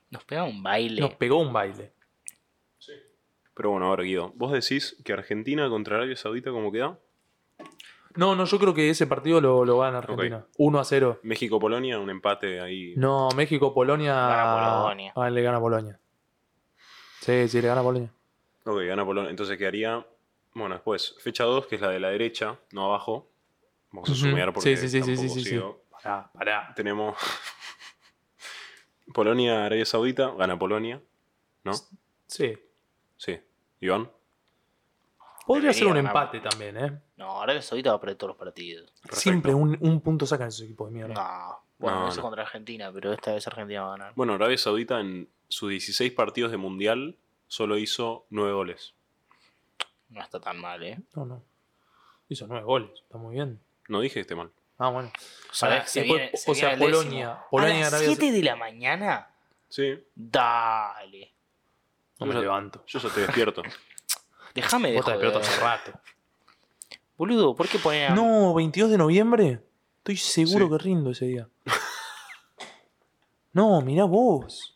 B: Nos pega un baile.
C: Nos pegó un baile.
D: Pero bueno, ahora Guido, vos decís que Argentina contra Arabia Saudita, ¿cómo queda?
C: No, no, yo creo que ese partido lo, lo gana Argentina. 1 a 0.
D: México-Polonia, un empate ahí.
C: No, México-Polonia.
B: Gana Polonia.
C: Ah, le gana Polonia. Sí, sí, le gana Polonia.
D: Ok, gana Polonia. Entonces quedaría. Bueno, después, fecha 2, que es la de la derecha, no abajo. Vamos a
C: Ujú.
D: sumear porque
C: Sí, sí, sí, sí,
D: tampoco
C: sí, sí,
D: sigo.
C: Pará, pará.
D: Tenemos Polonia, Arabia Saudita, gana Polonia, ¿no?
C: Sí.
D: Sí. Iván.
C: Podría
B: Debería
C: ser un
B: ganar.
C: empate también, ¿eh?
B: No, Arabia Saudita va a perder todos los partidos.
D: Perfecto.
C: Siempre un, un punto sacan esos equipos de mierda.
B: No. Bueno,
D: No,
B: eso
D: no.
B: contra Argentina, pero esta vez Argentina va a ganar.
D: Bueno, Arabia Saudita en sus 16 partidos de mundial solo hizo 9 goles.
B: No está tan mal, ¿eh?
C: No, no. Hizo nueve goles. Está muy bien.
D: No dije que esté mal.
C: Ah, bueno.
B: ¿Sabés? Se
C: Después,
B: viene- se
C: o sea,
B: viene el décimo.
C: Polonia. Polonia y
B: ¿A las
C: Arabia
B: 7 de la mañana?
D: Sí,
B: Dale.
C: No me
D: Yo-
C: levanto.
D: yo ya estoy despierto.
B: Déjame de
C: Vos te despierto hace
B: joder.
C: rato.
B: Boludo, ¿por qué poner a...
C: No, 22 de noviembre. Estoy seguro
D: Sí.
C: que rindo ese día. No, mirá vos.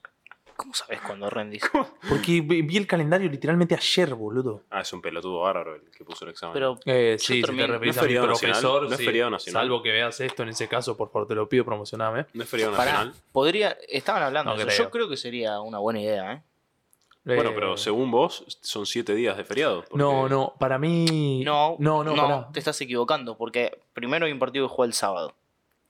B: ¿Cómo sabés cuándo rendís?
C: Porque vi vi el calendario literalmente ayer, boludo.
D: Ah, es un pelotudo bárbaro el que puso el examen.
B: Pero
C: Eh,
B: sí, si
C: sí,
B: te
C: si te
B: termino-
D: referís
C: referís
D: ¿No es
C: a
D: a
C: mi
D: mi feriado nacional?
C: profesor,
D: profesor, ¿No es sí. feriado nacional?
C: salvo
D: Salvo
C: que veas esto en ese caso, por favor, te lo pido, promocioname.
D: ¿No es feriado
B: pará,
D: nacional?
B: podría... Estaban hablando
C: No
B: de eso. Yo
C: creo.
B: creo que sería una buena idea, ¿eh?
D: Bueno, pero según vos, son 7 días de feriado. porque-
C: No, no, para mí...
B: No,
C: no, no, pará.
B: te estás equivocando, porque primero hay un partido que juega el sábado.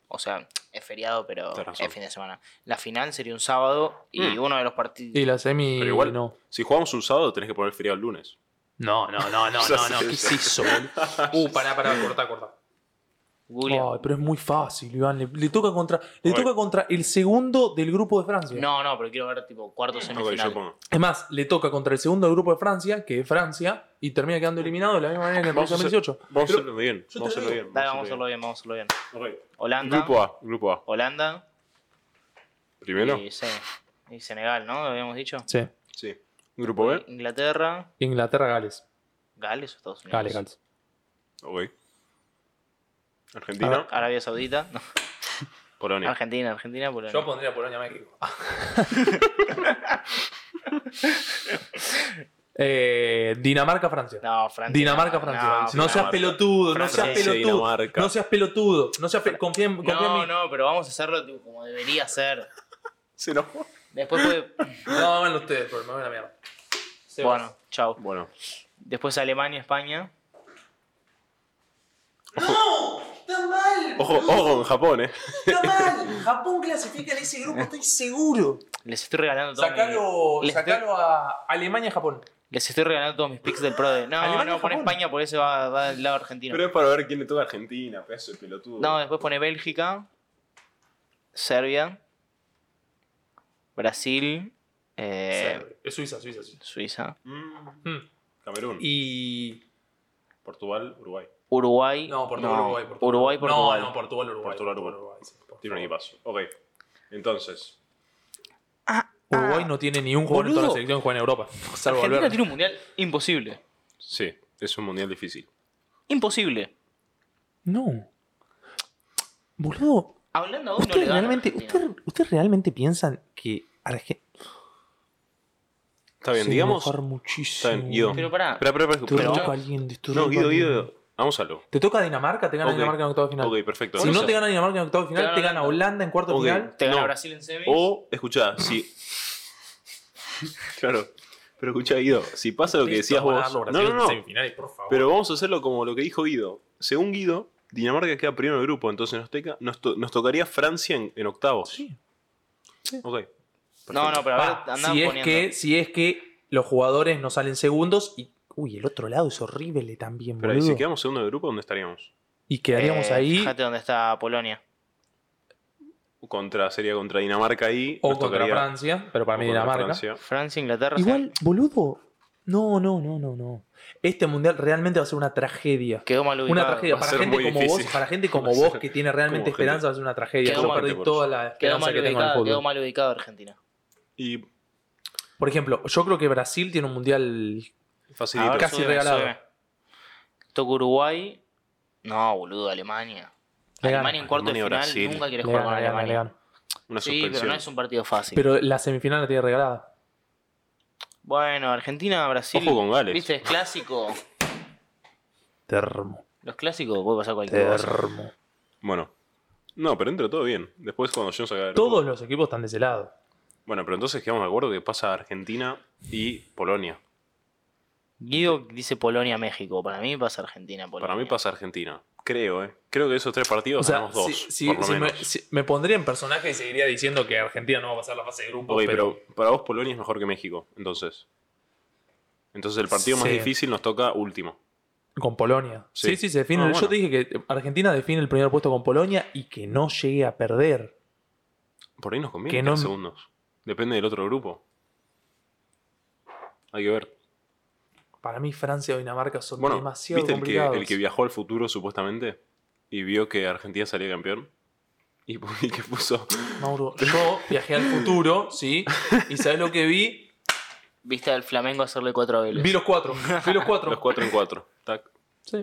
B: O sea, es feriado, pero
D: Tenés razón.
B: es fin de semana. La final sería un sábado y
D: Mm.
B: uno de los partidos.
C: Y la semi...
D: Pero igual-
C: No,
D: Si jugamos un sábado, tenés que poner feriado el lunes.
C: no, no, no, no, no,
D: Ya
C: no,
D: sé,
C: ¿qué
D: ya
C: es eso? boludo? Uh, pará, pará, cortá, cortá.
B: Julia.
C: Ay, pero es muy fácil, Iván. Le, le toca contra, le
D: Bueno.
C: toca contra el segundo del grupo de Francia.
B: No, no, pero quiero ver tipo cuartos
D: Ok,
B: semifinal.
D: yo pongo.
C: Es más, le toca contra el segundo del grupo de Francia, que es Francia, y termina quedando eliminado de la misma manera que en el
D: Vamos a hacer-
C: 2018.
D: Vamos a
C: Pero-
D: hacerlo bien.
C: te
D: Vamos a hacerlo
C: digo.
D: bien.
B: Dale, vamos a hacerlo bien, vamos a hacerlo bien.
D: bien. Ok.
B: Holanda.
D: Grupo A, grupo A.
B: Holanda.
D: Primero.
B: Y, sí, y Senegal, ¿no? Habíamos dicho.
C: Sí.
D: Sí. Grupo B.
B: Inglaterra.
C: Inglaterra, Gales.
B: Gales o Estados Unidos.
C: Gales, Gales.
D: Ok. Argentina.
B: Arabia Saudita. No,
D: Polonia.
B: Argentina, Argentina, Polonia.
C: pondría Polonia México. Eh, Dinamarca, Francia.
B: No, Francia.
C: Dinamarca, Francia. No,
B: No,
C: seas
D: Dinamarca.
C: pelotudo,
B: Francia.
C: no seas
D: Francia y
C: pelotudo.
D: Dinamarca.
C: No seas pelotudo. No seas pe- confía en, confía en mí.
B: no, no, pero vamos a hacerlo tipo, como debería ser.
D: Se nos
B: Después puede.
C: No, van ustedes, por me voy a la mierda.
B: Bueno, chao.
D: Bueno.
B: Después Alemania, España.
E: ¡No! ¡Está mal!
D: Ojo, ojo en Japón, eh.
E: ¡Está mal! Japón clasifica en ese grupo, estoy seguro.
B: Les estoy regalando todo
C: Sacalo,
B: mi- les, estoy,
C: sacalo a Alemania y Japón.
B: les estoy regalando todos mis picks del Pro de. No,
C: Alemania,
B: no, pone
C: Japón.
B: España, por eso va, va del lado argentino.
D: Pero es para ver quién le toca a Argentina, pedazo de pelotudo.
B: No, después pone Bélgica, Serbia, Brasil, eh,
C: es Suiza, Suiza, Suiza.
B: Suiza,
D: Mm,
C: Hmm.
D: Camerún.
C: Y.
D: Portugal, Uruguay.
B: Uruguay.
C: No, Portugal, Uruguay, Portugal.
B: Uruguay, Portugal.
C: No, no, Portugal, Uruguay.
D: Portugal, Uruguay.
C: sí, por
D: Tiene un
C: favor.
D: equipazo. Ok. Entonces.
C: Uruguay no tiene ni un jugador en toda la
B: Boludo.
C: selección que juega en Europa. Salvo
B: Argentina
C: Valverde.
B: tiene un mundial imposible.
D: Sí, es un mundial difícil.
B: Imposible.
C: No. Boludo,
B: Hablando aún no le
C: ¿ustedes
B: gana a
C: realmente,
B: Argentina.
C: usted, ¿ustedes realmente piensan que Argentina.
D: Está bien, digamos.
C: Enojar
D: Está
C: muchísimo.
D: bien, Guido.
B: Pero pará,
D: Espera, espera,
C: Te
D: espera.
B: Pero-
C: toca alguien, te
D: No,
C: toca
D: Guido,
C: alguien.
D: Guido. Vamos a lo.
C: ¿Te toca Dinamarca? Te gana
D: Ok.
C: Dinamarca en octavo final.
D: Ok, perfecto.
C: Si no
D: Entonces-
C: te gana Dinamarca en octavo final,
B: gana
C: te gana
B: Holanda.
C: Holanda en cuarto
D: Ok.
C: final.
B: te gana
D: no. Oh.
B: Brasil en semis.
D: O, escuchá, si. claro. Pero escuchá, Guido, si pasa lo que decías vos. No, no, no.
C: por favor.
D: Pero vamos a hacerlo como lo que dijo Guido. Según Guido, Dinamarca queda primero en el grupo, entonces nos, teca- nos, to- nos tocaría Francia en, en octavos.
C: Sí.
D: Ok.
B: no, no, pero a ver,
C: Ah,
B: andá
C: si, es
B: poniendo.
C: que, si es que los jugadores no salen segundos y. Uy, el otro lado es horrible también,
D: Pero ahí,
C: boludo.
D: si quedamos segundo del grupo, ¿dónde estaríamos?
C: Y quedaríamos
B: Eh,
C: ahí
B: Fíjate dónde está Polonia.
D: Contra, sería contra Dinamarca ahí.
C: o
D: nos
C: contra
D: tocaría-
C: Francia, pero para
D: o
C: mí
D: contra
C: Dinamarca.
D: Francia.
B: Francia, Inglaterra.
C: Igual, boludo. No, no, no, no, no. Este mundial realmente va a ser una tragedia.
B: se- quedó mal ubicado.
C: Una tragedia
D: Va a
C: para
D: ser
C: gente
D: muy
C: como
D: difícil.
C: vos, para gente
D: Va
C: como
D: a ser-
C: vos que tiene realmente
D: como gente.
C: esperanza, va a ser una tragedia.
B: Quedó
C: Yo
B: mal,
C: perdí
D: por
C: toda la
B: Quedó
C: esperanza
B: mal
C: que tengo en el
B: ubicado, quedó
C: fútbol.
B: mal ubicado Argentina.
D: Y
C: Por ejemplo, yo creo que Brasil tiene un mundial
D: facilito.
C: Ahora- casi
B: súbeme,
C: regalado.
B: súbeme. Toca Uruguay. No, boludo, Alemania.
C: Le gana.
B: Alemania en cuarto
D: Alemania,
B: de final
D: Brasil.
B: nunca
C: Le
B: quiere jugar
C: gana,
B: con
C: le gana, le
B: Alemania.
C: gana.
D: Una
B: sí, pero
D: suspensión.
B: no es un partido fácil.
C: Pero la semifinal la tiene regalada.
B: Bueno, Argentina, Brasil.
D: Ojo con Gales.
B: Viste, es clásico.
C: Termo,
B: Los clásicos puede pasar cualquier cosa.
C: termo.
D: Bueno. No, pero entre todo bien. Después cuando John saca el grupo-
C: Todos los equipos están de ese lado.
D: Bueno, pero entonces quedamos de acuerdo que pasa Argentina y Polonia.
B: Guido dice Polonia, México. Para mí pasa Argentina, Polonia.
D: Para mí pasa Argentina. Creo, ¿eh? Creo que de esos tres
C: O
D: partidos
C: sea,
D: ganamos dos,
C: si, si-
D: por lo
C: si me,
D: menos.
C: si- me pondría en personaje y seguiría diciendo que Argentina no va a pasar la fase de grupo,
D: Ok, pero...
C: pero,
D: para vos Polonia es mejor que México, entonces. Entonces el partido más
C: Sí.
D: difícil nos toca último.
C: con Polonia.
D: Sí.
C: Sí, sí, se define.
D: Ah,
C: Yo
D: bueno.
C: te dije que Argentina define el primer puesto con Polonia y que no llegue a perder.
D: Por ahí nos conviene
C: Que
D: que
C: no-
D: segundos. Depende del otro grupo. Hay que ver.
C: Para mí Francia o Dinamarca son
D: Bueno,
C: demasiado
D: ¿viste el que,
C: complicados.
D: el que viajó al futuro supuestamente y vio que Argentina salía campeón? Y, pu- y que puso...
C: Mauro, yo viajé al futuro, ¿sí? ¿Y sabes lo que vi?
B: Viste al Flamengo hacerle cuatro a Vélez.
C: Vi los cuatro. Vi los cuatro.
D: Los cuatro en cuatro. Tac.
C: Sí.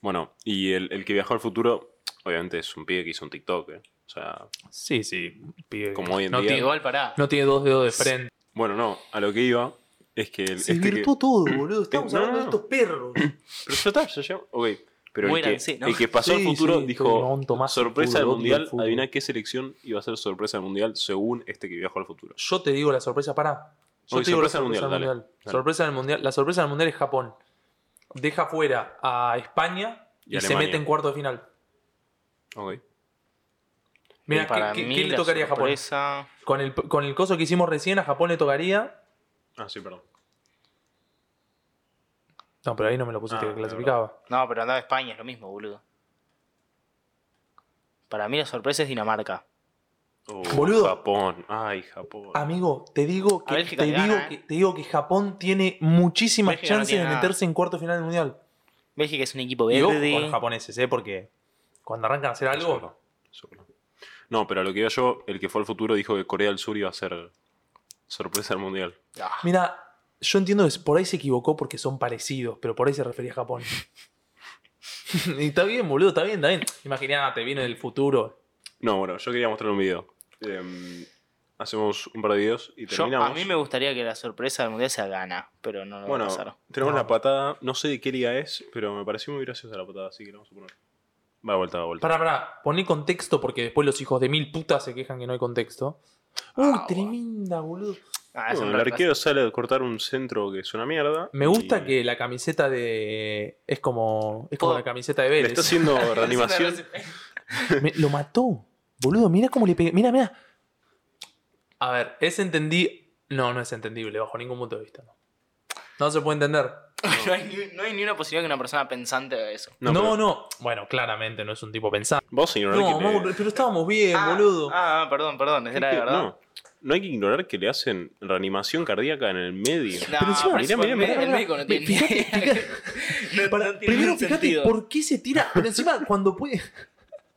D: Bueno, y el, el que viajó al futuro, obviamente es un pibe que hizo un TikTok, ¿eh? O sea,
C: Sí, sí. pibe.
D: como hoy en
C: no
D: día...
C: tiene-
B: Igual pará.
C: no tiene dos dedos de frente.
D: Bueno, no, a lo que iba es que... El,
E: Se
D: este que-
E: desvirtuó todo, boludo. Estamos
D: Eh, no,
E: hablando
D: no,
E: de
D: no.
E: estos perros.
D: Pero ya está, ya llegó. Ok. Pero el que,
B: Muéranse, ¿no?
D: el que pasó al
E: Sí,
D: futuro
E: sí,
C: todo
D: dijo,
C: tonto, más
D: sorpresa del
C: fútbol, odio el
D: mundial,
C: fútbol.
D: adivina qué selección iba a ser sorpresa del mundial según este que viajó al futuro.
C: Yo te digo la sorpresa, para. Yo
D: Uy,
C: te digo la
D: sorpresa del mundial, dale, dale.
C: Sorpresa del mundial. La sorpresa del mundial es Japón. Deja fuera a España
D: Y
C: y, se
D: Alemania.
C: mete en cuarto de final.
D: Ok.
C: Mira,
B: Para
C: ¿qué, qué-
B: mí
C: qué le
B: la
C: tocaría a Japón?
B: sorpresa-
C: Con el, con el coso que hicimos recién, a Japón le tocaría.
D: Ah, sí, perdón.
C: No, pero ahí no me lo pusiste
D: Ah,
C: que
D: claro.
C: clasificaba.
B: No, pero andaba a España, es lo mismo, boludo. Para mí la sorpresa es Dinamarca.
D: Oh,
C: Boludo. Ah.
D: Japón. Ay, Japón.
C: Amigo, te digo
B: A
C: que,
B: Bélgica
C: te
B: le
C: digo,
B: gana, ¿eh?
C: que te digo que Japón tiene muchísimas
B: Bélgica no
C: chances
B: tiene
C: de
B: nada.
C: meterse en cuarto final del mundial.
B: Bélgica es un equipo
C: Y ojo con
B: verde.
C: los japoneses, ¿eh? Porque cuando arrancan a hacer
D: Eso es verdad,
C: algo,
D: eso es verdad. No, pero a lo que iba yo, el que fue al futuro dijo que Corea del Sur iba a ser sorpresa del mundial.
B: Ah,
C: mira, yo entiendo que por ahí se equivocó porque son parecidos, pero por ahí se refería a Japón. y está bien, boludo, está bien, está bien. Imaginate, viene del futuro.
D: No, bueno, yo quería mostrar un video. Em, hacemos un par de videos y
B: yo-
D: terminamos.
B: a mí me gustaría que la sorpresa del mundial sea Ghana, pero no lo
D: Bueno,
B: va a pasar.
D: tenemos
C: No.
D: la patada, no sé de qué liga es, pero me pareció muy graciosa la patada, así que la vamos a poner. Va vuelta, va vuelta.
C: Pará, pará, poné contexto porque después los hijos de mil putas se quejan que no hay contexto. Uy,
B: Ah,
C: tremenda, boludo.
B: Ah, es un
D: Bueno, el
B: retraso.
D: arquero sale a cortar un centro que es una mierda.
C: Me gusta
D: y
C: que la camiseta de. Es como. Es como
B: Puedo-
C: la camiseta de
D: Le
C: Vélez.
D: está haciendo reanimación.
C: Me- lo mató. Boludo, mira cómo le pegué. Mira, mira. A ver, es entendible. No, no es entendible, bajo ningún punto de vista. No, No se puede entender.
B: no, hay ni, no hay ni una posibilidad que una persona pensante haga eso.
C: No, no.
D: pero
C: Bueno, claramente no es un tipo pensado.
D: Vos, señor,
C: No,
D: que le-
C: Mauro, pero estábamos bien,
B: Ah,
C: boludo.
B: Ah, ah, perdón, perdón, era de
D: que-
B: verdad.
D: No, no hay que ignorar que le hacen reanimación cardíaca en el medio.
B: No,
C: Pero encima-
B: eso
D: Mirá, mirá,
B: el
D: mirá,
B: me- el
C: mirá.
B: médico no tiene
C: Fíjate,
B: ni idea.
C: fíjate.
B: No-
C: Para-
B: no tiene
C: primero,
B: ningún
C: fíjate
B: sentido.
C: por qué se tira. Pero encima, cuando puede.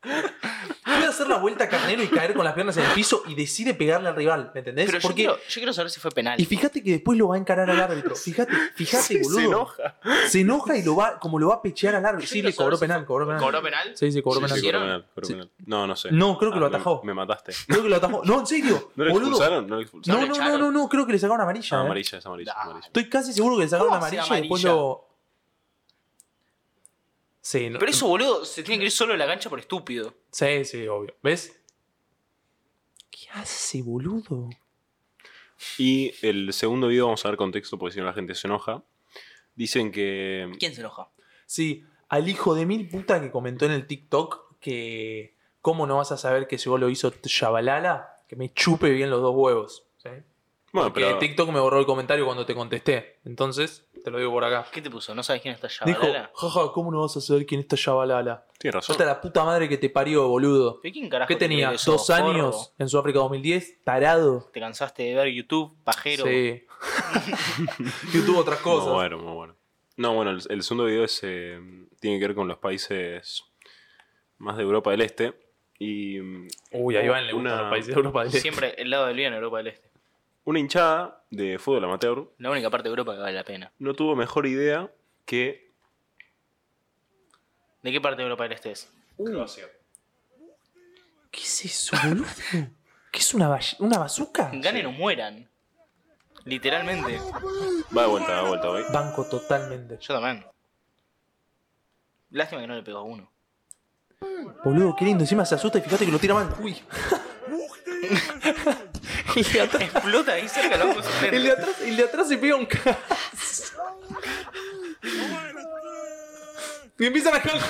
C: Puede hacer la vuelta a carnero y caer con las piernas en el piso y decide pegarle al rival, ¿me entendés?
B: Pero yo,
C: Porque
B: quiero, yo quiero saber si fue penal.
C: Y fíjate que después lo va a encarar al árbitro. Fíjate, fíjate,
D: Sí,
C: boludo.
D: se enoja.
C: Se enoja y lo va, como lo va a pechear al árbitro.
B: Yo
C: Sí,
B: quiero
C: le
B: saber
C: cobró
B: si
C: penal, cobró penal.
B: ¿Cobró penal?
C: Sí, sí, cobró
D: Sí,
C: penal.
D: sí,
B: ¿Hicieron?
D: cobró penal, cobró
C: Sí.
D: penal. No, no sé.
C: No, creo que lo
D: me-
C: atajó.
D: Me, mataste.
C: Creo que lo atajó. No, en serio.
D: ¿No le
C: boludo.
D: expulsaron? No le expulsaron.
C: No,
B: ¿No le
C: no, no,
B: echaron?
C: no, no, creo que le sacaron amarilla.
D: Ah,
C: eh.
D: amarilla, es amarilla, es
B: Ah.
D: amarilla.
C: Estoy casi seguro que le sacaron
B: ¿Cómo hace
C: amarilla y después
B: amarilla?
C: lo. Sí, no-
B: Pero eso, boludo, se tiene que ir solo de la cancha por estúpido.
C: sí, sí, obvio. ¿Ves? ¿Qué hace, boludo?
D: Y el segundo video vamos a dar contexto porque si no la gente se enoja. Dicen que.
B: ¿Quién se enoja?
C: Sí, al hijo de mil puta que comentó en el TikTok que cómo no vas a saber que ese gol lo hizo Shabalala, que me chupe bien los dos huevos. ¿sí?
D: Bueno,
C: Que
D: pero.
C: TikTok me borró el comentario cuando te contesté. Entonces, te lo digo por acá.
B: ¿Qué te puso? ¿No sabes quién está allá?
C: Dijo, jaja, ¿cómo no vas a saber quién está Shabalala?
D: Tienes razón.
C: Hasta la puta madre que te parió, boludo.
B: ¿Pero quién carajo
C: ¿Qué
B: te
C: tenía?
B: cree eso,
C: ¿Dos
B: forro?
C: años en Sudáfrica 2010? Tarado.
B: ¿Te cansaste de ver YouTube, pajero?
C: Sí. YouTube otras cosas.
D: Muy bueno, muy bueno. No, bueno, el, el segundo video es, eh, tiene que ver con los países más de Europa del Este. Y mm,
C: Uy, a Iván le gustan
D: Una-
C: los países de Europa del Este.
B: Siempre el lado del bien en Europa del Este.
D: una hinchada de fútbol amateur
B: La única parte de Europa que vale la pena.
D: no tuvo mejor idea que.
B: ¿De qué parte de Europa del Este es?
C: ¿Qué es eso, boludo? ¿Qué es una, bash- una bazooka?
B: Ganen o mueran. Literalmente.
D: Va de vuelta, va de vuelta, ¿ok?
C: Banco totalmente.
B: Yo también. Lástima que no le pegó a uno.
C: Boludo, qué lindo. Encima se asusta y fíjate que lo tira mal. Uy. el, de atrás,
B: Explota ahí cerca la vamos a
C: el, de atrás, el de atrás se pega un ca... Y empiezan a cal-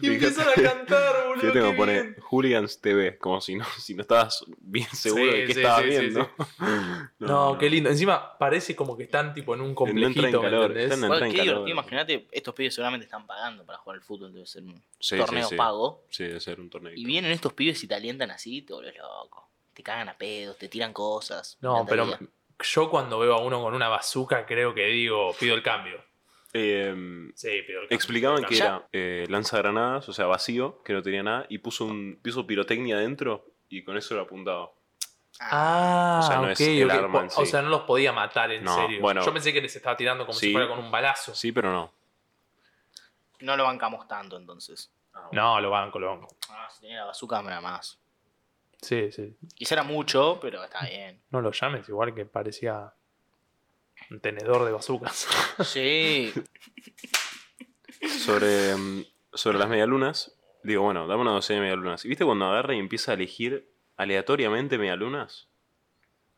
C: Y empiezan a cantar, boludo.
D: Yo tengo
C: qué
D: que poner
C: bien.
D: Hooligans TV, como si no, si no estabas bien seguro
C: Sí,
D: de qué
C: sí,
D: estabas
C: sí, sí,
D: viendo.
C: No, qué lindo. Encima parece como que están tipo en un
D: entra en
C: complejito, ¿me
D: calor,
C: entendés?
D: están en-
B: Igual,
D: entra
B: qué divertido,
D: calor.
B: imagínate, estos pibes seguramente están pagando para jugar al fútbol, debe ser un
D: Sí, sí,
B: torneo
D: sí.
B: pago.
D: Sí, debe ser un torneo.
B: Y vienen estos pibes y te alientan así, te volvés loco. Te cagan a pedos, te tiran cosas. Me
C: No, pero
B: encantaría.
C: yo cuando veo a uno con una bazooka creo que digo, pido el cambio.
D: Eh,
C: Sí, pido el cambio.
D: explicaban que
B: Ya.
D: era eh, lanzagranadas, o sea, vacío, que no tenía nada, y puso un puso pirotecnia adentro y con eso lo apuntaba.
C: Ah,
D: O sea, no
C: ok,
D: es el
C: ok.
D: arma en
C: Po- O
D: sí.
C: sea, no los podía matar en
D: No,
C: serio.
D: bueno.
C: Yo pensé que les estaba tirando como si
D: Sí.
C: fuera con un balazo.
D: Sí, pero no.
B: No lo bancamos tanto entonces.
C: No, lo banco, lo banco.
B: Ah, si tenía la bazooka, me la más.
C: Sí, sí.
B: Quizá era mucho, pero está bien.
C: No lo llames, igual que parecía un tenedor de bazucas.
B: Sí.
D: Sobre, mm, sobre las medialunas, digo, bueno, dame una docena de medialunas. ¿Y viste cuando agarra y empieza a elegir aleatoriamente medialunas?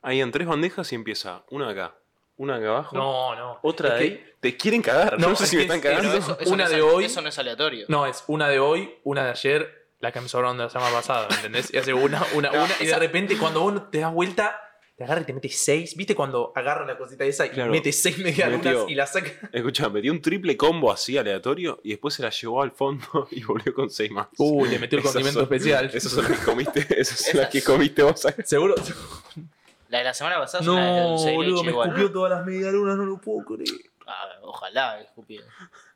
D: Ahí en tres bandejas y empieza una acá, una acá abajo,
C: No, no.
D: otra de
C: Es que-
D: ahí. Te quieren cagar,
C: No,
D: no, sé
C: es
D: si me
C: que-
D: están
C: es que
D: cagando.
B: Pero eso, eso no
C: Una
B: es
C: de
B: ale-
C: hoy-
B: Eso no es aleatorio.
C: No, es una de hoy, una de ayer, la que me sobraron de la semana pasada, ¿entendés? Y hace una, una,
B: No,
C: una, y de
B: esa-
C: repente cuando uno te das vuelta, te agarra y te metes seis. ¿Viste cuando agarra la cosita esa y
D: Claro.
C: mete seis medialunas
D: Metió.
C: y la saca?
D: Escucha, metió un triple combo así aleatorio y después se la llevó al fondo y volvió con seis más.
C: Uh, le metió el
D: Esas
C: condimento
D: son-
C: especial.
D: Esas son las que comiste, esas son las
B: Esas.
D: que comiste vos.
C: Seguro.
B: La de la semana pasada es una de
C: No,
B: dulce de
C: boludo,
B: leche
C: me
B: igual.
C: escupió todas las medialunas, no lo puedo creer.
B: Ah, ojalá me escupiera.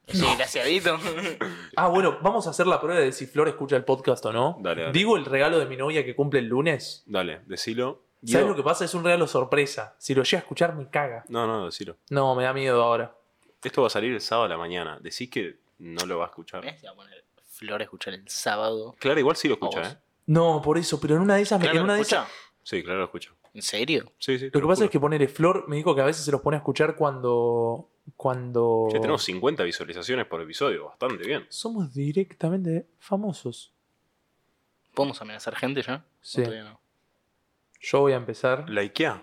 B: Sí, glaciadito.
C: Ah, bueno, vamos a hacer la prueba de si Flor escucha el podcast o no.
D: Dale, dale.
C: Digo el regalo de mi novia que cumple el lunes.
D: Dale, decilo.
C: ¿Sabes
D: Guido.
C: lo que pasa? Es un regalo sorpresa. Si lo llega a escuchar, me caga.
D: No, no, decilo.
C: No, me da miedo ahora.
D: Esto va a salir el sábado a la mañana. Decís que no lo va a escuchar.
B: ¿Ves? Te va a poner flor a escuchar el sábado.
D: Clara igual sí lo
B: ¿Eh? A
D: escucha,
B: vos.
D: ¿eh?
C: No, por eso, pero en una de esas, me-
B: Claro,
C: Ah, en
B: ¿me
C: una de esas
B: escucha?
D: Sí, Clara lo escucha.
B: ¿En serio?
D: Sí, sí.
C: Lo que pasa es que poner Flor me dijo que a veces se los pone a escuchar cuando. cuando.
D: Ya tenemos 50 visualizaciones por episodio, bastante bien.
C: Somos directamente famosos.
B: ¿Podemos amenazar gente ya?
C: Sí.
B: No, todavía no.
C: Yo voy a empezar.
D: La IKEA.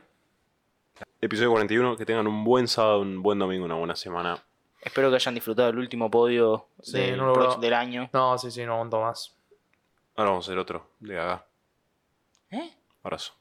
D: Episodio 41, que tengan un buen sábado, un buen domingo, una buena semana.
B: Espero que hayan disfrutado el último podio
C: Sí,
B: del,
C: no lo
B: prox-
C: veo.
B: del año.
C: No, sí, sí, no aguanto más.
D: Ahora vamos a hacer otro, de Gaga.
B: ¿Eh?
D: Abrazo.